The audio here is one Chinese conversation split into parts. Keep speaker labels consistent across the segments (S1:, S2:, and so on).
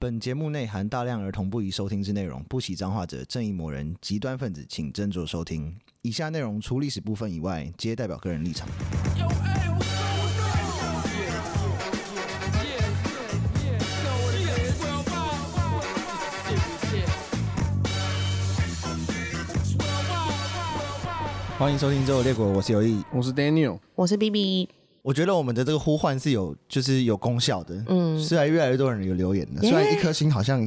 S1: 本节目内含大量儿童不宜收听之内容，不喜脏话者、正义魔人、极端分子，请斟酌收听。以下内容除历史部分以外，皆代表个人立场。欢迎收听《周游列国》，我是有意。
S2: 我是 Daniel，
S3: 我是 B B，
S1: 我觉得我们的这个呼唤是有，就是有功效的。
S3: 嗯，
S1: 虽然越来越多人有留言了，虽然一颗星好像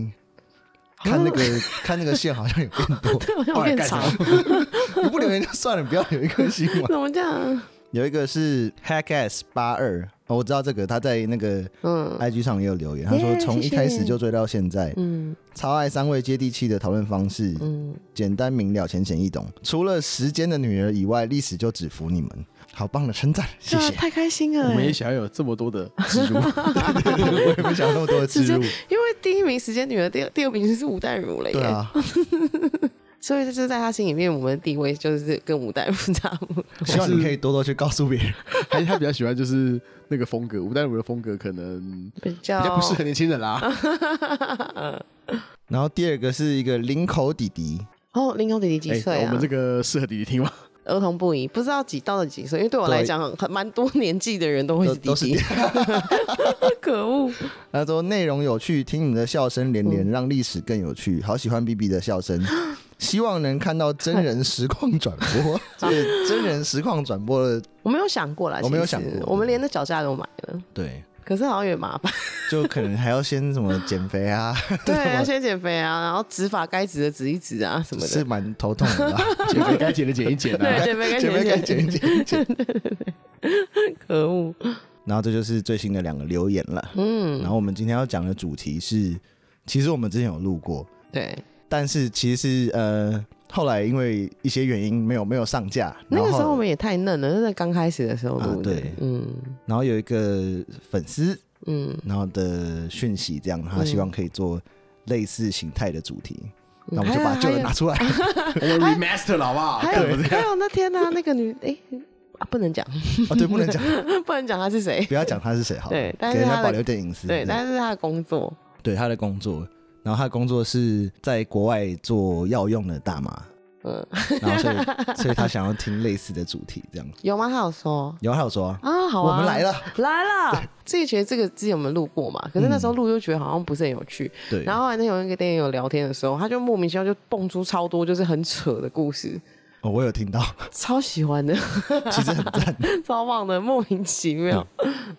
S1: 看那个看那个线好像有变 多，
S3: 好像
S1: 不然
S3: 嗯变
S1: 干什
S3: 长
S1: 么，你 不留言就算了，不要有一颗星 嘛。
S3: 怎么这样？
S1: 有一个是 hackass 八二，哦我知道这个，他在那个
S3: 嗯
S1: IG 上也有留言，他说
S3: 耶
S1: 从一
S3: 谢谢
S1: 开始就追到现在，
S3: 嗯
S1: 超爱三位接地气的讨论方式，
S3: 嗯，
S1: 简单明了，浅显易懂。除了时间的女儿以外，历史就只服你们，好棒的称赞，谢
S3: 对啊
S1: 谢。
S3: 太开心
S2: 我
S3: 了
S2: 们
S3: 欸，
S2: 也想要有这么多的 植入，
S3: 啊
S1: 我也没想到那么多的植入，
S3: 因为第一名时间女儿，第二第二名就是吴淡如了耶，
S1: 对啊，
S3: 所以就是在他心里面，我们的地位就是跟吴淡如差不多。
S1: 希望你可以多多去告诉别人。
S2: 还是他比较喜欢就是那个风格，吴淡如的风格可能比
S3: 比较哦
S2: 较不适合年轻人啦。哎
S1: 然后第二个是一个林口弟弟，
S3: 哦，林空弟弟
S2: 哎
S3: 几岁
S2: 我
S3: 啊
S2: 们？这个适合弟弟听 吗？
S3: 儿童不宜，不知道几到了几岁，因为对我来
S1: 对
S3: 讲，很蛮多年纪的人都会
S1: 都
S3: 是弟
S1: 都是
S3: 弟
S1: 弟，
S3: 可恶。
S1: 他说内容有趣，听你们的笑声连
S3: 嗯
S1: 连，让历史更有趣。好喜欢 B B 的笑 声，希望能看到真人实况转 播。这个真人实况转播的，
S3: 我没有想过啦，
S1: 我没有
S3: 其实
S1: 想过
S3: 我们连那脚架都买了，
S1: 对，
S3: 可是好像有点麻 烦。
S1: 就可能还要先什么减肥啊，
S3: 对，要先减肥啊，然后植发该植的植一植啊 什么
S1: 是
S3: 的。
S1: 蛮头痛 的啦。
S2: 减肥该减的减一减
S3: 对，
S2: 啊。
S3: 减肥该
S1: 减肥该
S3: 减
S1: 减一减一减。
S3: 可恶，
S1: 然后这就是最新的两个留言了。
S3: 嗯，
S1: 然后我们今天要讲的主题是，其实我们之前有录过，
S3: 对，
S1: 但是其实是呃后来因为一些原因没有没有上架。
S3: 那个
S1: 然
S3: 时
S1: 后
S3: 候我们也太嫩了，那是刚开始的时候录的
S1: 啊对，
S3: 嗯
S1: 然后有一个粉丝，
S3: 嗯，
S1: 然后的讯息，这样他希望可以做类似形态的主题，
S3: 嗯
S1: 那我们就把旧的拿出来。
S3: 哎
S2: 我们 remaster 了好不好？
S3: 还有还有还有那天呢，那个女哎啊不能讲，
S1: 哦，对，不能讲，
S3: 不能讲她是谁，
S1: 不要讲他是谁好了，
S3: 对但
S1: 给
S3: 是
S1: 人家
S3: 他的
S1: 保留点隐私。
S3: 对，
S1: 这样
S3: 但是她的工作，
S1: 对他的工作，然后他的工作是在国外做药用的大 麻，
S3: 嗯，
S1: 然后所以所以他想要听类似的主题，这样。
S3: 有吗？她有说
S1: 有他有说啊，
S3: 啊，好啊，
S1: 我们来了，
S3: 来了，自己觉得这个之前我们录过嘛，可是那时候录就觉得好像不是很有趣，
S1: 嗯对，
S3: 然后后来那天我跟那天有聊天的时候，他就莫名其妙就蹦出超多就是很扯的故事，
S1: 哦，我有听 到，
S3: 超喜欢的，
S1: 其实很赞。
S3: 超棒的，莫名其妙。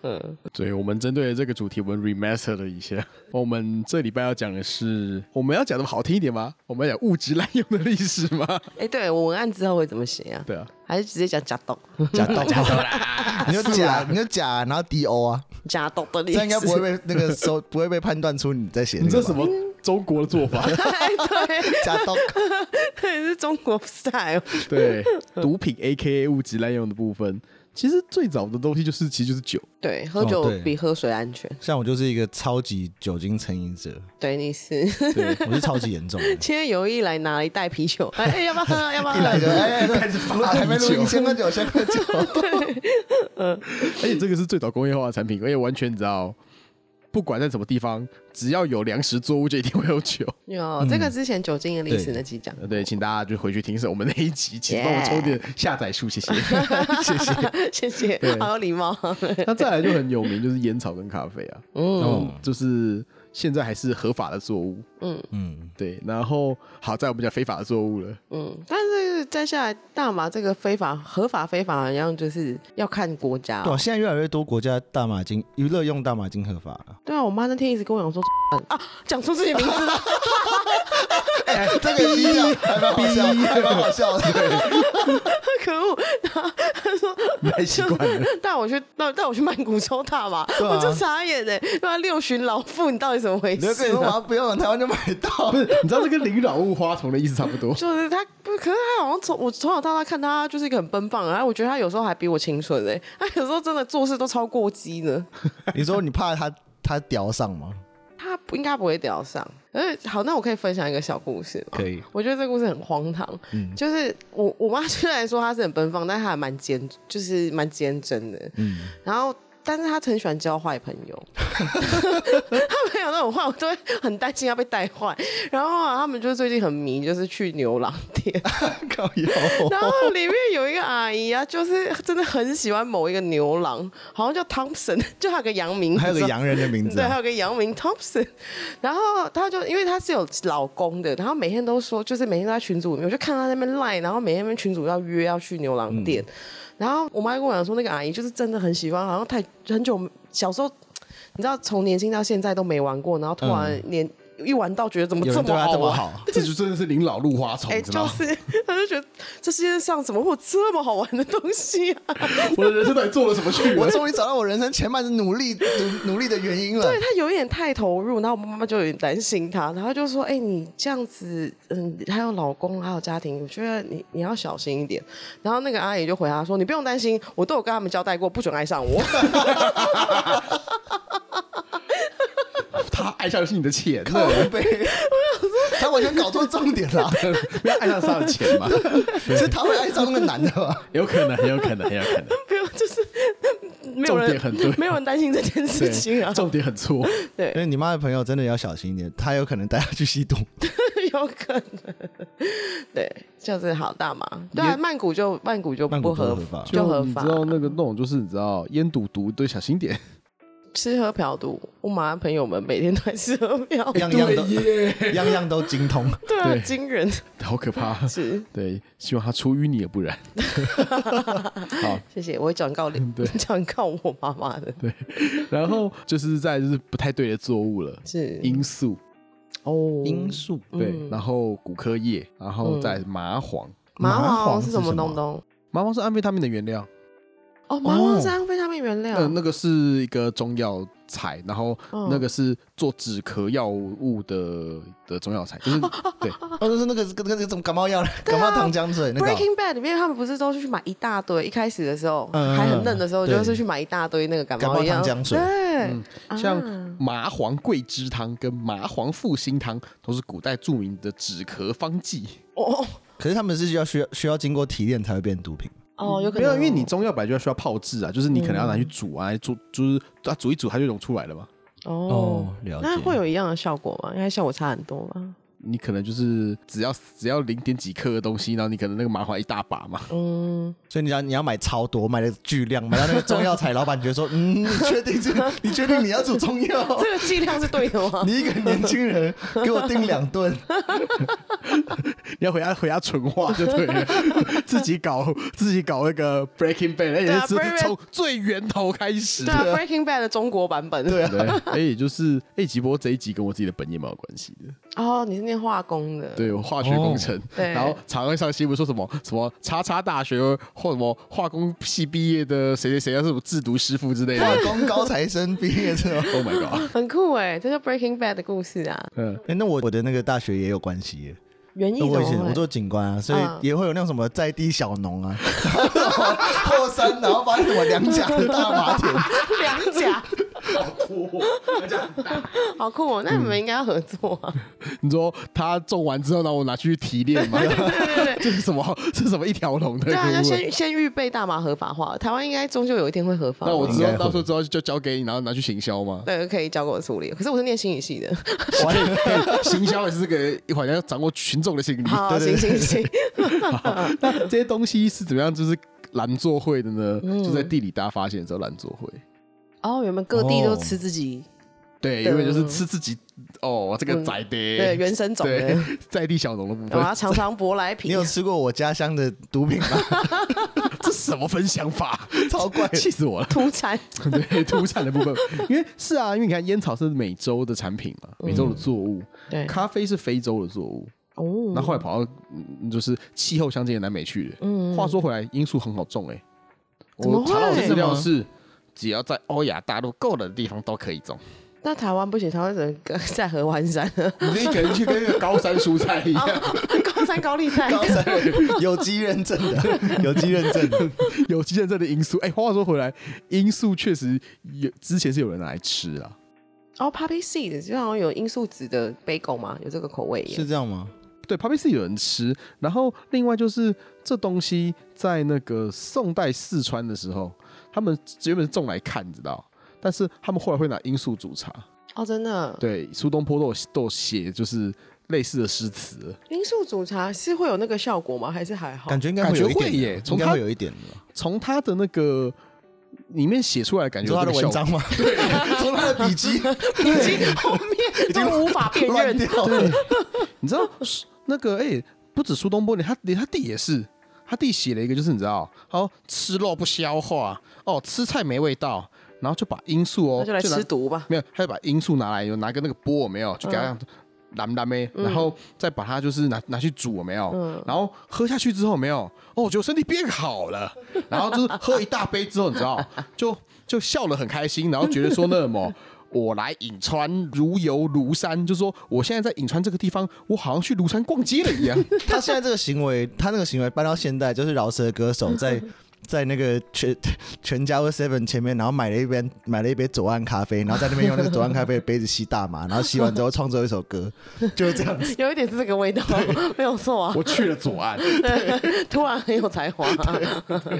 S3: 嗯，
S2: 所以我们针对这个主题，我们 remaster 了一下。我们这礼拜要讲的是，我们要讲的好听一点吗？我们要讲物质滥用的历史吗？
S3: 哎、对我文案之后会怎么写啊？
S2: 对啊，
S3: 还是直接讲假啊豆、
S1: 假到假到啦，你就假你就假，然后 D O 啊，
S3: 假豆的历
S1: 这
S3: 史？
S1: 样应该不 会被那个收，不会被判断出你在写那
S2: 你
S1: 个吧。
S2: 这什么中国的做法？
S3: 对，
S1: 假到？
S3: 对，是中国 style。
S2: 对，毒品 A K A 物质滥用的部分，其实最早的东西就是其实就是酒，
S3: 对，喝
S1: 哦
S3: 酒
S1: 对
S3: 比喝水安全。
S1: 像我就是一个超级酒精成瘾者，
S3: 对，你是。。
S2: 对，
S1: 我是超级严重的
S3: 今天有意来拿了一袋啤酒，哎、哎要不 要喝？要不要
S1: 一来就
S3: 喝？
S1: 哎哎，对啊还没录音，先喝酒，先喝酒。
S2: 而且这个是最早工业化的产品，而且完全你知道，不管在什么地方，只要有粮食作物就一定会有酒。
S3: 有这个之前酒精的历
S1: 嗯
S3: 史
S1: 对
S3: 那集讲，
S2: 呃对，请大家就回去听一下我们那一集，请
S3: Yeah
S2: 帮我抽点下载数，谢 谢，谢谢。
S3: 谢谢，好有礼貌。
S2: 那再来就很有名，就是烟草跟咖啡啊，
S1: 嗯
S2: 就是现在还是合法的作物。
S1: 嗯，
S2: 对，然后好在我们讲非法的作物了，
S3: 嗯，但是再下来，大麻这个非法、合法、非法，好像就是要看国家哦、
S1: 对啊，现在越来越多国家大麻精娱乐用大麻精合法了。
S3: 对啊，我妈那天一直跟我讲说， 啊，讲出自己名字了，
S1: 哎，这个音效还蛮好笑，还蛮好笑的。
S3: 可恶！然后她说
S2: 太习 惯了。
S3: 带我去，带带我去曼谷抽大麻，我就傻眼哎，对啊，六旬老妇，你到底怎么回
S1: 啊你就跟
S3: 事
S1: 你
S3: 啊？
S1: 妈不用，台湾就买到
S2: 不。是，你知道这跟灵扰物花丛的意思差不多。
S3: 就是她，不，可是她好像从我从小到大看她就是一个很奔放，然后我觉得她有时候还比我清纯哎，她有时候真的做事都超过激呢。
S1: 你说你怕他他屌上吗？
S3: 他不应该不会屌上。而且好，那我可以分享一个小故事 吗？
S1: 可以
S3: 我觉得这故事很荒唐，
S1: 嗯
S3: 就是
S1: 嗯
S3: 我我妈虽然说她是很奔放，但她还蛮坚，就是蛮坚贞的。然后但是他很喜欢交坏朋友， 他朋友那种坏，我都会很担心他被带坏。然后啊，他们就最近很迷，就是去牛郎店，
S1: 靠腰
S3: 然后里面有一个阿姨啊，就是真的很喜欢某一个牛郎，好像叫汤森，就他有个洋名字，
S1: 还有个洋人的名字
S3: 对，还
S1: 啊、
S3: 有个杨明 Thompson，然 后他就因为他是有老公的，然后每天都说，就是每天都在群组里面，我就看他在那边赖，然后每天那边群组要约要去牛郎店，
S1: 嗯
S3: 然后我妈跟我讲说，那个阿姨就是真的很喜欢，好像太很久小时候，你知道从年轻到现在都没玩过，然后突然连、一玩到觉得怎么
S1: 嗯有
S3: 这
S1: 人对
S3: 么
S1: 他
S3: 好
S1: 这么
S3: 玩。
S1: 好，
S2: 啊
S1: 啊
S2: 这就真的是临老入花丛，
S3: 哎、
S2: 你知道
S3: 就
S2: 吗？
S3: 是，他就觉得这世界上怎么会有这么好玩的东西啊？
S2: 我的人生到底做了什么去
S1: 我
S2: 了？
S1: 终于找到我人生前半生努力努努力的原因了
S3: 对。他有一点太投入，然后我妈妈就有点担心他，然后就说：“哎、你这样子，嗯，还有老公，还有家庭，我觉得你你要小心一点。”然后那个阿姨就回答说：“你不用担心，我都有跟他们交代过，不准爱上我。
S2: 他爱上的是你的钱呢，
S1: 靠背，他完全搞错重点 啦！
S2: 没有爱上是他的钱嘛？
S1: 是他会爱上那个男的吧？
S2: 有可能，很有可能，很有可能。”
S3: 没有，就是没有
S2: 重
S3: 人
S2: 点很对
S3: 没有人担心这件事情啊
S2: 对，。重点很错。
S1: 因为你妈的朋友真的要小心一点，他有可能带他去吸毒。
S3: 有可能，啊对，就是好大麻，对啊，曼谷就曼谷就
S1: 曼谷
S3: 不
S1: 不合
S3: 合
S1: 法
S3: 就合
S2: 你
S3: 法
S2: 知，道那个那种就是你知道烟赌毒都小心点，
S3: 吃喝嫖赌，我马来朋友们每天都在吃喝嫖赌，
S1: 样样都
S2: 耶，
S1: 样样都精 通。
S3: 对啊，
S2: 对
S3: 惊人
S2: 好可 怕。
S3: 是。
S2: 对，希望他出淤泥也不染。好，
S3: 谢谢，我会转告你， 转告我妈妈的，
S2: 然后就是在就是不太对的作物了，
S3: 是
S2: 罂粟
S3: 哦，
S1: 素
S3: 嗯
S2: 对，然后骨科叶，然后再麻黄。
S3: 麻
S1: 麻
S3: 黄
S1: 黄
S3: 是
S1: 是
S3: 什
S1: 什
S3: 么
S1: 么
S3: 东东？
S2: 麻黄是安非他命的原料，
S3: 哦，麻黄是安非他命原料
S2: 呃那，那个是一个中药材，然后
S3: 啊嗯
S2: 那个是做止咳药物的的中药材，就是对
S1: 哦，就是那个跟跟跟什么感冒药、 感冒糖浆水那个哦。
S3: 啊 Breaking Bad 里面他们不是都是去买一大堆？一开始的时候
S1: 嗯
S3: 还很嫩的时候，
S1: 对
S3: 就是去买一大堆那个感
S1: 感冒
S3: 药，
S1: 糖浆水
S3: 对，啊
S2: 像麻黄桂枝汤跟麻黄复兴汤都是古代著名的止咳方剂。
S3: 哦
S1: 可是他们是需要需要需要经过提炼才会变毒品。
S3: 哦，有可
S2: 没有，
S3: 能，
S2: 因为你中药本来就要需要泡制啊，就是你可能要拿去煮啊，煮就是啊煮一煮它就溶出来了嘛。
S3: 哦，，
S1: 了
S3: 那会有一样的效果吗？应该效果差很多吧？
S2: 你可能就是只要只要零点几克的东西，然后你可能那个麻黄一大把嘛，
S3: 嗯，
S1: 所以你要你要买超多，买的巨量，买到那个中药材，老板觉得说， 嗯，你确定是？你确定你要煮中药？
S3: 这个剂量是 对啊的吗？
S1: 你一个年轻人给我订两 顿，
S2: 你要回家回家纯化就对 了，自己搞自己搞那个 Breaking Bad，
S3: 啊
S2: 而且
S3: ，Breaking
S2: 是
S3: Bad
S2: 从最源头开始。
S3: 对啊，Breaking Bad 的中国版本，
S1: 对啊，
S2: 对，而且就是哎，吉波这一集跟我自己的本业蛮有关系的。
S3: 哦，你是念化工的，
S2: 对，我化学工程，
S3: 哦对
S2: 然后常会上新闻说什么什么叉叉大学或什么化工系毕业的谁谁谁，要啊是什么制毒师傅之类
S1: 化
S2: 的。
S1: 工高材生毕业之后，
S2: Oh my god！
S3: 很酷哎，这叫 Breaking Bad 的故事啊。
S2: 嗯，
S1: 哎、那我我的那个大学也有关系耶。
S3: 园艺
S1: 那
S3: 怎
S1: 我以前
S3: 么
S1: 我
S3: 会？
S1: 做景观啊，所
S3: 嗯
S1: 以也会有那种什么在地小农 啊，后山，然后发现什么两甲的大麻 田，
S3: 两甲，好酷哦！那你们应该要合作啊！
S2: 你说他种完之后，然后我拿去提炼吗？
S3: 对对对，
S2: 这是什么？这是什么一条龙的
S3: 对啊，要
S2: 顾问？
S3: 先先预备大麻合法化，台湾应该终究有一天会合法。
S2: 那我
S1: 应
S2: 知
S1: 该
S2: 道
S1: 会
S2: 到时候之后就交给你，然后拿去行销吗？
S3: 对可以交给我处理，可是我是念心理系的。
S1: 完了
S2: 行销也是这个一环，要掌握群众的心理。
S3: 好，
S1: 对对
S3: 行
S1: 对
S3: 行行，
S2: 那这些东西是怎么样？就是懒做会的呢？
S3: 嗯
S2: 就在地理大发现的时候，懒做会。
S3: 哦，原本各地都吃自己，
S2: 对，因为就是吃自己哦，这个宅的，啊
S3: 对原生 种
S2: 对
S3: 的，
S2: 在地小农的部
S3: 我要
S2: 分，
S3: 尝尝舶来
S1: 你
S3: 品
S1: 有。吃过我家乡的毒品吗？
S2: 这什么分享 法？
S1: 超怪 的，
S2: 气死我了！
S3: 土产
S2: 对，土产的部 分，因为是啊，因为你看烟草是美洲的产品嘛，美洲的作物，
S3: 对
S2: 咖啡是非洲的作物，
S3: 哦
S2: 那后来跑到嗯就是气候相近的南美去了。
S3: 嗯
S2: 话说回来，罂粟很好种哎、
S3: 怎么
S2: 我查到的
S3: 会
S2: 资料是，只要在欧亚大陆够冷的地方都可以种。
S3: 那台湾不行，台湾只能在合欢山了，
S2: 你可能去跟那个高山蔬菜一 样，
S3: 高山高丽菜，
S1: 高山有机认证 的，有机认证的，
S2: 有机认证 的罂粟。哎、话说回来，罂粟确实有之前是有人拿来吃啊，
S3: 哦，Poppy Seed 就好像有罂粟籽的 bagel 嘛，有这个口味耶。
S1: 这样吗？
S2: 对 p u p p y 是有人吃，然后另外就是这东西在那个宋代四川的时候，他们原本是种来看，你知道，但是他们后来会拿罂粟煮茶。
S3: 哦，真的，
S2: 对，苏东坡都有都有写，就是类似的诗词。
S3: 罂粟煮茶是会有那个效果吗？还是还好？
S1: 感觉应该会有一点
S2: 感觉会耶
S1: 的，
S2: 从
S1: 应该
S2: 他
S1: 会有一点的吧。
S2: 从他的那个里面写出来，感
S1: 你
S2: 觉
S1: 说他
S2: 有
S1: 的
S2: 这个
S1: 文
S2: 效
S1: 章吗？ 对，从他的笔 记
S3: 已经后面
S1: 已经
S3: 都无法辨
S1: 乱
S3: 认。
S1: 掉。
S2: 对，你知道是那个哎、不止苏东坡，连他连他弟也是，他弟写了一个，就是你知道，哦，吃肉不消化，哦，吃菜没味道，然后就把罂粟哦，
S3: 那就来
S2: 拿
S3: 吃 毒吧。
S2: 没有，他就把罂粟拿来，有拿个那个钵有没有，就给他蓝蓝呗，然后再把它就是拿拿去煮有没有，然后喝下去之后有没有，哦，我觉得身体变好了，然后就是喝一大杯之后，你知道， 就就笑得很开心，然后觉得说那么。 我来颍川，如游庐山，就说我现在在颍川这个地方，我好像去庐山逛街了一 样。
S1: 他现在这个行为，他那个行为搬到现代，就是饶舌歌手 在在那个全全家或 Seven 前面，然后买了一杯买了一杯左岸咖啡，然后在那边用那个左岸咖啡的杯子吸大麻，然后吸完之后创作一首 歌，就是这样子。
S3: 有一点是这个味道，没有错啊！
S2: 我去了左岸，
S3: 突然很有才华、
S1: 啊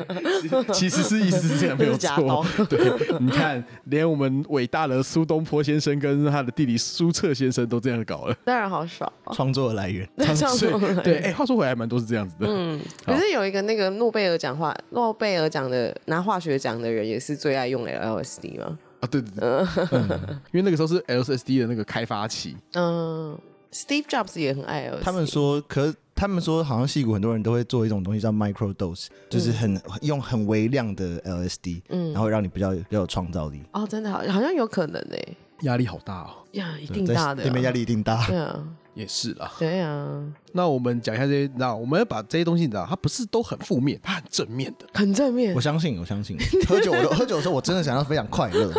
S2: 其实是意思是这样，没有
S3: 这是假
S2: 错
S3: 刀。
S2: 对，你看，连我们伟大的苏东坡先生跟他的弟弟苏辙先生都这样搞了。
S3: 当然好爽 啊！
S1: 创作的来源，
S3: 这样
S2: 所
S3: 说
S2: 以
S3: 来
S2: 对，哎、话说回来，蛮多是这样子的。嗯，
S3: 可是有一个那个诺贝尔奖化诺贝尔奖的拿化学奖的人也是最爱用 LSD 吗？
S2: 啊，对对对、
S3: 呃
S2: 嗯因为那个时候是 LSD 的那个开发期，
S3: 嗯，Steve Jobs 也很爱 LSD。
S1: 他们说，可是他们说好像戏骨很多人都会做一种东西叫 micro dose，就是
S3: 嗯
S1: 很用很微量的 LSD，然后让你比较比较有创造力。
S3: 哦，真的好，好像有可能欸诶、
S2: 压力好大哦。
S3: 呀，一定大的、
S1: 对面压
S3: 啊，
S1: 力一定 大。
S3: 对啊，
S2: 也是啦。
S3: 对啊，
S2: 那我们讲一下这些，你知道，我们要把这些东西，你知道，它不是都很负面，它很正面 的。
S3: 很正面
S1: 我。相信，我相信，喝酒我都喝酒的时候，我真的想要非常快乐，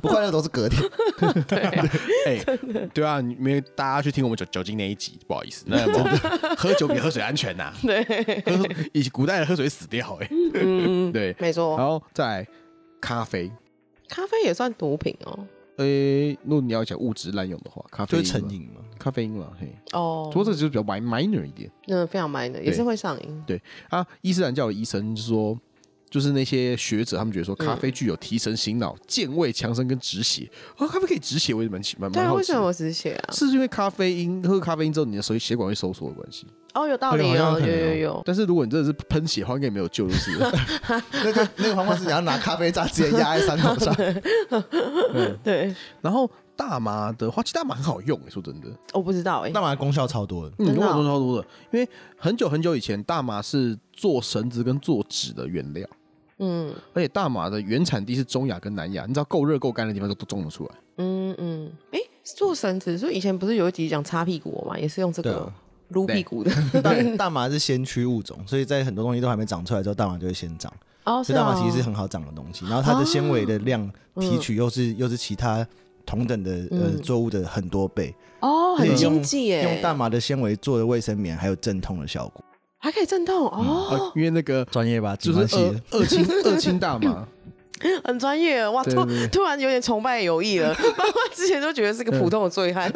S1: 不快乐都是隔天。
S2: 哎、对啊，你没有大家去听我们酒酒精那一集，不好 意思，那我们喝酒比喝水安全呐、
S3: 对，
S2: 喝以古代的喝水死掉哎、
S3: 嗯，
S2: 对，
S3: 没
S2: 然
S1: 哦
S3: 错，
S2: 后再来咖啡，
S3: 咖啡也算毒品哦。
S2: 呃、如果你要讲物质滥用的话，咖
S1: 就
S2: 啡因
S1: 是成
S2: 嘛，
S1: 瘾嘛。
S2: 咖啡因了，嘿，不过
S3: 哦，
S2: 这个就是比较 min- minor 一点。
S3: 那非常 minor，也是会上瘾。
S2: 啊，伊斯兰教的医生就说，就是那些学者他们觉得说，咖
S1: 嗯
S2: 啡具有提神醒脑、健胃强身跟止血。啊，咖啡可以止血，我也蛮奇蛮
S3: 对
S2: 蛮
S3: 啊，
S2: 好
S3: 为
S2: 奇
S3: 什
S2: 的。
S3: 么止血啊？
S2: 是因为咖啡因喝咖啡因之后，你的血血管会收缩的关系。
S3: 哦，有道
S1: 对
S3: 理
S1: 好像
S3: 哦，
S1: 可
S3: 有
S1: 能
S3: 有
S1: 哦
S3: 有。
S2: 但是如果你真的是喷血的话，应该也没有救，就是了。
S1: 那就那个方法是你要拿咖啡渣直接压在伤口 上，
S3: 对，
S2: 然后大麻的话，其实大麻很好用、说真的，
S3: 我不知道哎、
S1: 大麻功效超多的。
S2: 嗯，
S3: 真
S2: 用
S3: 的哦
S2: 的东西超多的。因为很久很久以前，大麻是做绳子跟做纸的原料，
S3: 嗯
S2: 而且大麻的原产地是中亚跟南亚，你知道够热够干的地方都都种得出来。
S3: 嗯嗯，哎、做绳子，所以以前不是有一集讲擦屁股嘛，也是用这
S1: 对
S3: 个
S1: 啊
S3: 撸
S2: 对
S3: 屁股的。
S1: 大大麻是先驱物种，所以在很多东西都还没长出来之后，大麻就会先长。
S3: 哦，
S1: 所
S3: 是
S1: 以大
S3: 啊
S1: 麻其实是很好长的东西，然后它的纤维的量提取又是又是其他同等的呃
S3: 嗯
S1: 作物的很多倍，
S3: 哦，
S1: 而
S3: 很
S1: 且
S3: 经
S1: 用
S3: 济耶，
S1: 用大麻的纤维做的卫生棉还有镇痛的效果。
S3: 还可以震动
S2: 啊
S3: 哦，，
S2: 因为那个
S1: 专业吧，
S2: 就
S1: 警官
S2: 是
S1: 系的
S2: 二二氢二氢大 麻，
S1: 嗯
S3: 很专业哇！
S2: 对
S3: 突
S2: 对 对
S3: 突然有点崇拜友谊 了，包括之前都觉得是个普通的醉汉，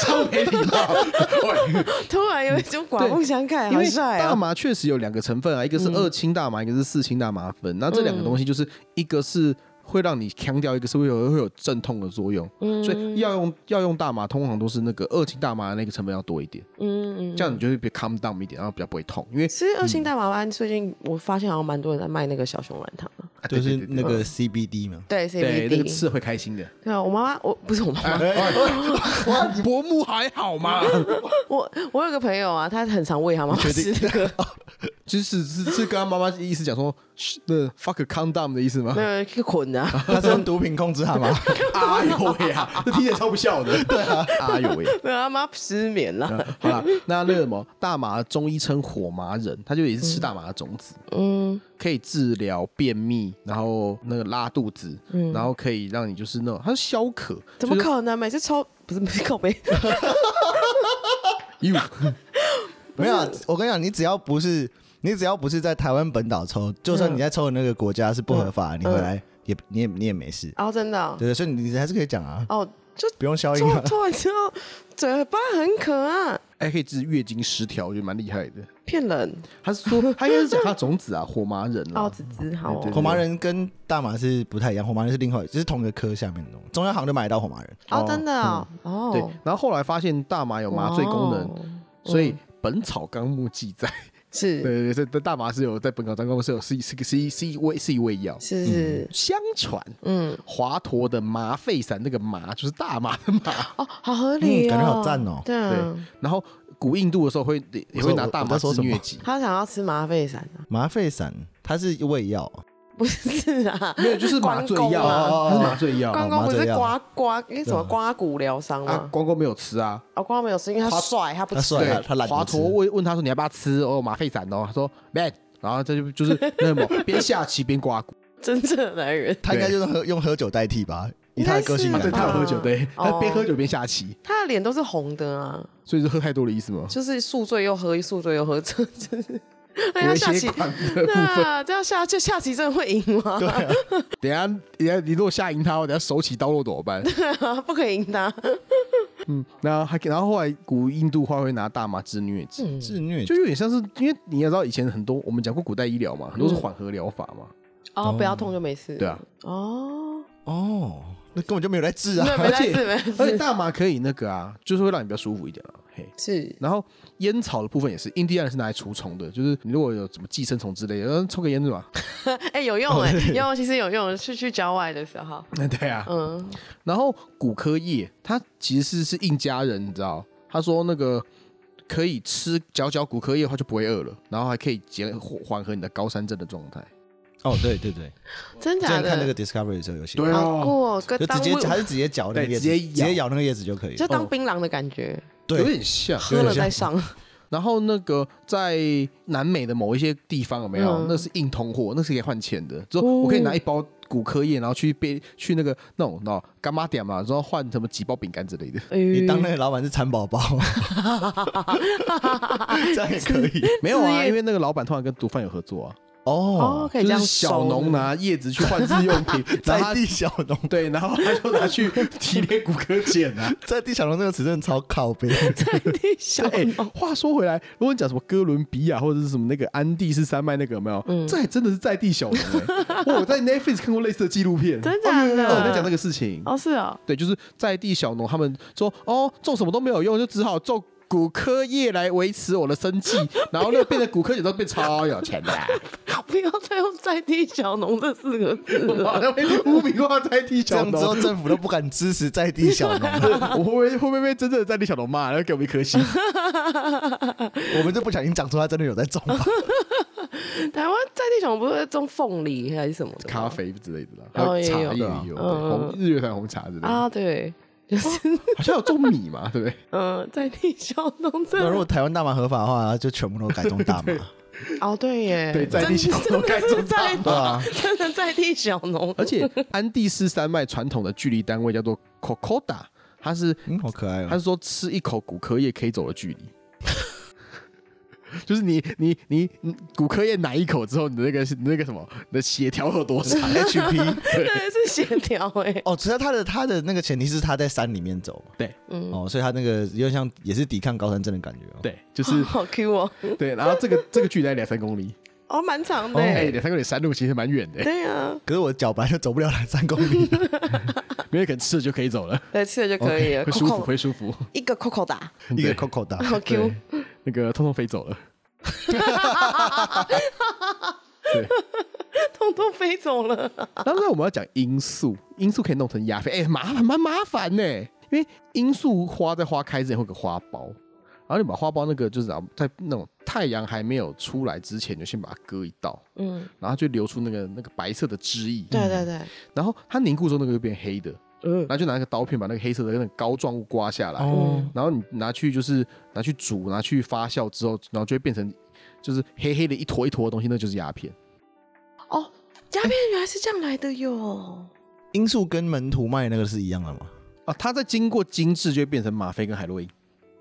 S2: 超没礼貌。喂
S3: 突然有一种刮目相看，
S2: 因
S3: 好
S2: 为
S3: 帅
S2: 大
S3: 啊！
S2: 麻确实有两个成分啊，一个
S3: 嗯
S2: 是二氢大麻，一个是四氢大麻酚。那这两个东西就是一个是会让你腔掉，一个是会有会有镇痛的作用。
S3: 嗯
S2: 所以要用要用大麻，通常都是那个二氢大麻的那个成分要多一点，
S3: 嗯嗯，
S2: 这样你就会比较 calm down 一点，然后比较不会痛。因为
S3: 其实二星大麻丸最近我发现好像蛮多人在卖那个小熊软糖啊，
S2: 啊对
S1: 就是
S2: 对对
S1: 那个 CBD 嘛。
S3: 对
S2: 对那个
S3: CBD，
S2: 吃啊了会开心的。 哎
S3: 对啊，我妈妈我不是我妈妈，
S2: 薄木还好 吗？
S3: 我我有个朋友啊，他很常喂他妈妈吃那个，
S2: 就是是是跟他妈妈意思讲说，那 fuck a condom 的意思吗
S3: 没？有去捆的啊，
S1: 他是用毒品控制它吗？
S2: 哎呦喂 啊，这听起来超不孝的。 对啊，哎呦喂。
S3: 没有他妈失眠了，
S2: 好啦，那那个什么大麻，中医称火麻仁，他就也是吃大麻的种子，
S3: 嗯
S2: 可以治疗便秘，然后那个拉肚子，然后可以让你就是那种它是消渴，
S3: 嗯怎么
S2: 就是
S3: 可能？每次抽不是不是靠背，
S2: 哟
S1: 没有啊，我跟你讲，你只要不是你只要不是在台湾本岛抽，就算你在抽的那个
S3: 嗯
S1: 国家是不合法的，你回来也你也你也没事，
S3: 哦，真的哦
S1: 对，所以你还是可以讲啊。
S3: 哦，就
S1: 不用啊消音
S2: 啊
S3: 做
S1: 了。
S3: 做完之后，嘴巴很可爱，
S2: 还可以治月经失调，我觉得蛮厉害的。
S3: 骗人
S2: 他是说，他应该是讲他种子啊，火麻仁
S3: 奥
S2: 啊，
S3: 子子好哦
S2: 对
S1: 火麻仁跟大麻是不太一样，火麻仁是另外，就是同一个科下面的东西，中药行就买得到火麻仁。
S3: 哦，真的哦，哦，
S2: 对。然后后来发现大麻有麻醉功能，
S3: 能
S2: 所
S3: 嗯
S2: 以《本草纲目》记载，对
S3: 是
S2: 对对，这大麻是有在《本草纲目》是有是是是是一味是一味药。
S3: 是是，
S2: 相传
S3: 嗯，
S2: 华佗的麻沸散那个麻就是大麻的麻，
S3: 哦，好合
S1: 嗯
S3: 理哦，
S1: 感觉好赞哦
S3: 对啊，
S2: 对。然后古印度的时候会也会拿大麻治疟疾，
S3: 他想要吃麻沸散啊，
S1: 麻沸散它是胃药啊，
S3: 不是啊，
S2: 没有就是麻醉
S3: 关
S2: 药，
S3: 公 啊
S2: 它是麻醉药
S3: 关
S2: 啊。
S3: 公不
S1: 麻
S3: 是
S1: 醉药
S3: 刮刮那什么刮骨疗伤
S2: 啊
S3: 吗？
S2: 关公没有吃啊，
S3: 哦，关公没有吃，因为他帅，他不
S1: 他
S3: 吃
S1: 帅。对
S2: 对
S1: 他，他懒得
S2: 华
S1: 吃
S2: 佗问问他说你要不要吃哦麻沸散哦，他说 man，然后这就就是那 么边下棋边刮骨，
S3: 真正的男人，
S1: 它应该就是喝用喝酒代替吧，以它的个性
S3: 应
S1: 感
S3: 该
S1: 觉，
S3: 是
S2: 对，他有喝酒，
S3: 啊
S2: 对，
S3: 哦
S2: 他边喝酒边下棋，
S3: 他的脸都是红的啊，
S2: 所以是喝太多的意思 吗？
S3: 就是宿醉又喝，宿醉又喝， 这真是。哎
S2: 有
S3: 呀，
S2: 一
S3: 下
S2: 些
S3: 棋，
S2: 管的部
S3: 对
S2: 分。
S3: 啊，这样下就下棋真的会赢吗？
S1: 对啊，
S2: 等一下，等一下，你如果吓赢他，我等一下手起刀落怎 么办？
S3: 啊， 不可以赢他。
S2: 嗯，然后还然后后来古印度话会拿大麻治疟疾，
S1: 自虐
S2: 就有点像是因为你也知道以前很多我们讲过古代医疗嘛，很多是缓和疗法嘛，
S3: 哦，不要痛就没事。
S2: 对
S1: 嗯
S2: 啊，
S3: 哦，
S1: 哦，那根本就没有在治
S3: 对，
S1: 啊。
S3: 没事
S2: 且
S3: 没
S2: 而且
S3: 事，
S2: 大麻可以那个啊，就是会让你比较舒服一点啊，嘿。
S3: 是
S2: 然后烟草的部分也是，印第安人是拿来除虫的，就是你如果有什么寄生虫之类的，嗯，抽个烟对吧？
S3: 哎有用哎，有用，其实有用，是去郊外的时候，
S2: 对啊。
S3: 嗯，
S2: 然后骨科叶，它其实是是印加人，你知道，他说那个可以吃嚼嚼骨科叶的话就不会饿了，然后还可以减缓和你的高山症的状态。
S1: 哦，对对对，
S3: 真
S1: 之
S3: 假
S1: 前看那
S3: 的
S1: 个。Discovery 的时候有写，
S3: 好酷哦，跟
S1: 就
S3: 当
S1: 直接还是直接嚼那个叶子，
S2: 对直接
S1: 直
S2: 咬
S1: 接咬那个叶子就可以
S3: 就
S1: 了。
S3: 当槟榔的感觉，
S2: 有
S1: 对，
S2: 点像。
S3: 喝了再上。
S2: 然后那个在南美的某一些地方有没有？
S3: 嗯
S2: 那是硬通货，那是可以换钱的。之后我可以拿一包骨科叶，然后去被去那个那种那干妈点嘛，然后换什么几包饼干之类的。
S1: 你当那
S3: 哎
S1: 个老板是蚕宝宝，这样也可以
S2: 没有
S3: 自
S2: 啊，
S3: 业
S2: 因为那个老板突然跟毒贩有合作啊，
S3: 哦
S1: 哦，。
S3: 可以
S2: 就
S3: 这样
S2: 是小
S3: 收
S2: 农啊拿叶子去换日用 品， 然后
S1: 在
S2: 他
S1: 地小农，
S2: 对，然后他就拿去提炼骨科碱 啊。
S1: 在地小农这个词真的超靠背。
S3: 在地 小
S2: 哎、
S3: 农，
S2: 话说回来，如果你讲什么哥伦比亚或者是什么那个安第斯山脉那个有没有？
S3: 嗯
S2: 这还真的是在地小农、 欸。我在 Netflix 看过类似的纪录片，
S3: 真假的
S2: 哦，我在讲这个事情。
S3: 哦是哦，
S2: 对，就是在地小农，他们说哦，种什么都没有用，就只好种骨科业来维持我的生 计，然后那个变成骨科业都变超有钱的、啊，
S3: 不要再用在地小农这四个 字了。
S2: 好像被污名化在地
S1: 这
S2: 小
S1: 样之后，
S2: 农。
S1: 政府都不敢支持在地小农啊 了。
S2: 我会不会会不会被真正的在地小农骂？然后给我们一颗星？
S1: 我们就不小心讲出他真的有在种啊吧。
S3: 台湾在地小农不是种凤梨还是什么的吗
S2: 咖啡之类的啦，还
S3: 哦
S2: 有
S3: 也
S2: 茶
S3: 有
S2: 叶也
S1: 嗯
S2: 有，对
S3: 嗯
S2: 红日月潭红茶之类的，
S3: 啊？对，就是
S2: 好像有种米嘛，对不对？
S3: 嗯，在地小农这
S1: 那如果台湾大麻合法的话，就全部都改种大麻。
S3: 哦对耶，
S2: 对在地小农
S3: 真
S2: 该
S3: 的
S2: 种
S3: 是在
S1: 对啊
S3: 真的在地小农，
S2: 而且安第斯山脉传统的距离单位叫做 Cocoda，它是
S1: 嗯，好可爱
S2: 它
S1: 哦。
S2: 是说吃一口骨科叶可以走的距离。 就是你你你你骨科叶奶一口之后，你的那个你那个什么，你的血条有多长
S1: HP
S3: 真的是协调哎，
S1: 哦，只要他的他的那个前提是他在山里面走嘛。
S2: 对
S3: 嗯
S1: 哦，所以他那个有点像也是抵抗高山症的感觉哦。
S2: 对，就是
S3: 好 Q 哦，
S2: 对。然后这个这个距离大概两三公里，
S3: 哦蛮长的
S2: 哎，
S3: 耶，
S2: 两三公里山路其实蛮远的，
S3: 对啊，
S1: 可是我脚本来就走不了两三公里啊，
S2: 没有可能吃了就可以走了，
S3: 对吃了就可以了，
S2: 会舒服
S3: Coco-
S2: 会舒服。
S3: 一个 Coco 打，
S1: 一个
S2: 对
S1: Coco 大。
S3: 好 Q，
S2: 对，那个通通飞走了。对，
S3: 通通飞走了，
S2: 然后呢，我们要讲罂粟，罂粟可以弄成鸦片，哎、麻烦蛮麻烦呢、因为罂粟花在花开之前会有个花苞，然后你把花苞那个就是啊在那种太阳还没有出来之前，你就先把它割一道，
S3: 嗯，
S2: 然后就流出那个那个白色的汁液，
S3: 对对对，
S2: 然后它凝固之后那个就变黑的，
S3: 嗯
S2: 然。后就拿那个刀片把那个黑色的那种膏状物刮下来，
S1: 哦，
S2: 然后你拿去就是拿去煮，拿去发酵之后，然后就会变成就是黑黑的一坨一坨的东西，那就是鸦片。
S3: 哦，鸦片原来是这样来的哟。
S1: 罂粟跟门徒麦那个是一样的吗？
S2: 啊，它在经过精致就会变成吗啡跟海洛因。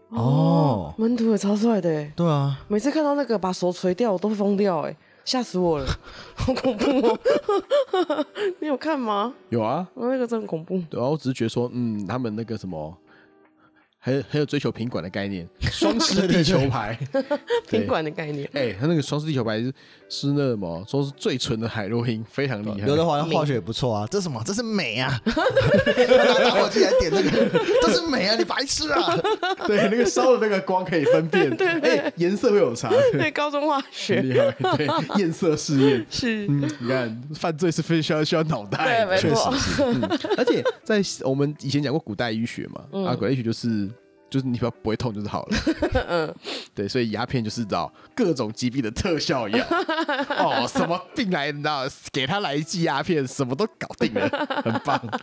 S1: 哦
S2: 哦
S3: 门徒也超帅的耶，欸
S1: 对啊，
S3: 每次看到那个把手垂掉，我都会疯掉哎。吓死我了， 好恐怖哦！ 你有看吗？哦
S2: 有啊，
S3: 那个真的很恐怖。
S2: 对啊，我只是觉得说，嗯，他们那个什么，还有还有追求品管的概念，双狮地球牌，对
S3: 宾馆的概念，
S2: 哎、他那个双狮地球牌是是那什么，说是最纯的海洛因，非常厉害
S1: 刘。德华的化学也不错啊，这是什么？这是美啊！拿打火机来点那 个，这是美啊！你白痴啊！
S2: 对，那个烧的那个光可以分辨，哎，颜、色会有差，
S3: 对高中化
S2: 很
S3: 学
S2: 厉害， 对，验色试验。
S3: 是，
S2: 嗯，你看，犯罪是非需要需要脑袋
S3: 对，
S2: 的，
S3: 没
S2: 确
S3: 错
S2: 实，是。嗯而且在我们以前讲过古代医学嘛，
S3: 嗯
S2: 啊，古代医学就是就是你不要不会痛就是好 了。
S3: 嗯
S2: 对，所以鸦片就是找各种疾病的特效 药。哦，什么病来，你知道，给他来一剂鸦片，什么都搞定 了，很棒。